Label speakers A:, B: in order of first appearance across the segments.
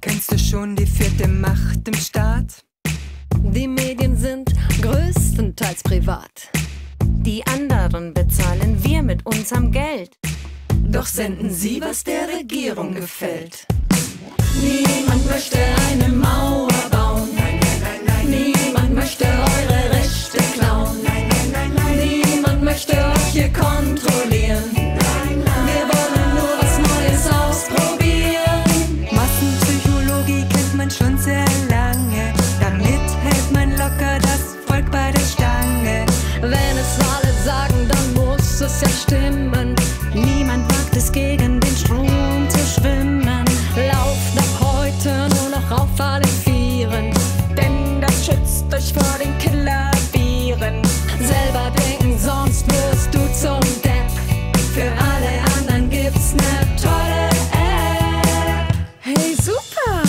A: Kennst du schon die vierte Macht im Staat?
B: Die Medien sind größtenteils privat.
C: Die anderen bezahlen wir mit unserem Geld.
A: Doch senden sie, was der Regierung gefällt.
D: Niemand möchte eine Mauer bauen. Nein, nein, nein, Niemand möchte eure Rechte klauen. Niemand möchte euch hier kontrollieren. Wir wollen nur was Neues ausprobieren.
A: Massenpsychologie kennt man schon sehr lange. Damit hält man locker das Volk bei der Stange.
B: Wenn es alle sagen, dann muss es ja stimmen.
C: Niemand wagt es gegen den Strom zu schwimmen.
B: Lauft ab heute nur noch auf alle Vieren.
D: Denn das schützt euch vor den Killerviren.
B: Selber denken, sonst wirst du zum Depp.
D: Für alle anderen gibt's ne tolle App.
B: Hey, super!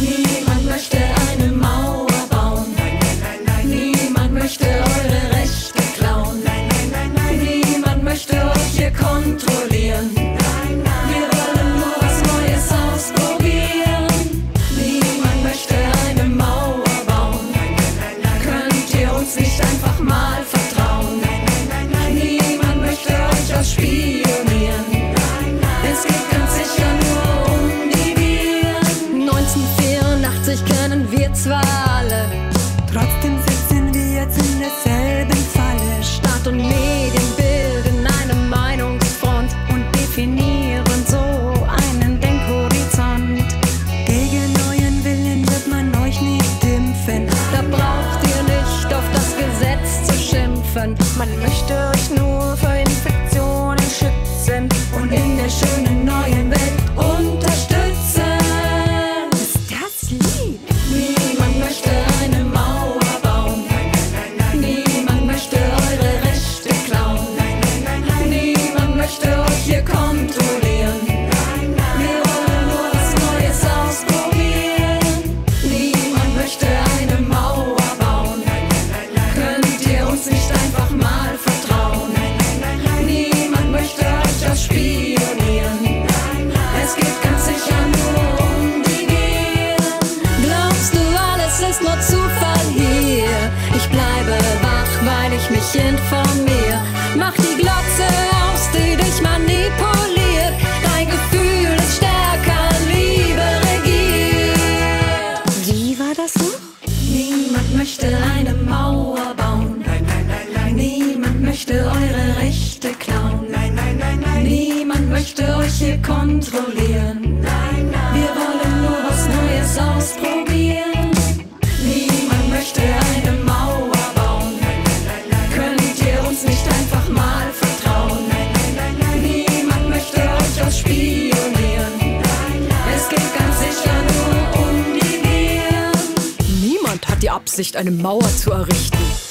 D: Niemand möchte eine Mauer bauen. Niemand möchte eure Rechte klauen. Niemand möchte euch hier kontrollieren. Wir wollen nur was Neues ausprobieren. Niemand möchte eine Mauer bauen. Könnt ihr uns nicht einfach mal vertrauen? Niemand möchte euch ausspionieren. Es geht ganz sicher nur um die Viren.
B: 1984 kennen wir zwar alle.
A: Trotzdem sitzen wir jetzt in derselben Falle.
B: Staat und Medien bilden eine Meinungsfront.
C: Und definieren so einen Denkhorizont.
A: Gegen euren Willen wird man euch nicht impfen.
B: Da braucht ihr nicht auf das Gesetz zu schimpfen.
C: Man möchte euch nur vor Infektionen schützen.
D: und in der schönen neuen Welt unterstützen.
A: Das Lied.
D: Niemand möchte eine Mauer bauen. Niemand möchte eure Rechte klauen. Niemand möchte euch hier kontrollieren. Wir wollen nur was Neues ausprobieren. Niemand möchte eine Mauer bauen. Könnt ihr uns nicht einfach mal vertrauen? Niemand möchte euch ausspionieren. Es geht ganz sicher nur um die Gier.
B: Glaubst du, alles ist nur Zufall hier? Ich bleibe wach, weil ich mich informiere. Mach die Glotze aus, die dich manipuliert. Dein Gefühl ist stärker, Liebe regiert.
C: Wie war das noch?
D: Niemand möchte eine Mauer bauen. Nein, nein, nein, nein. Niemand möchte eure Rechte klauen. Nein, nein, nein, nein. Niemand möchte euch hier kontrollieren. Nein, nein. Wir wollen nur was Neues ausprobieren. Niemand möchte eine Mauer bauen. Nein, nein, nein, nein. Könnt ihr uns nicht einfach mal vertrauen? Nein, nein, nein, nein. Niemand möchte euch ausspionieren. Nein, nein. Es geht ganz sicher nur um die Viren.
E: Niemand hat die Absicht, eine Mauer zu errichten.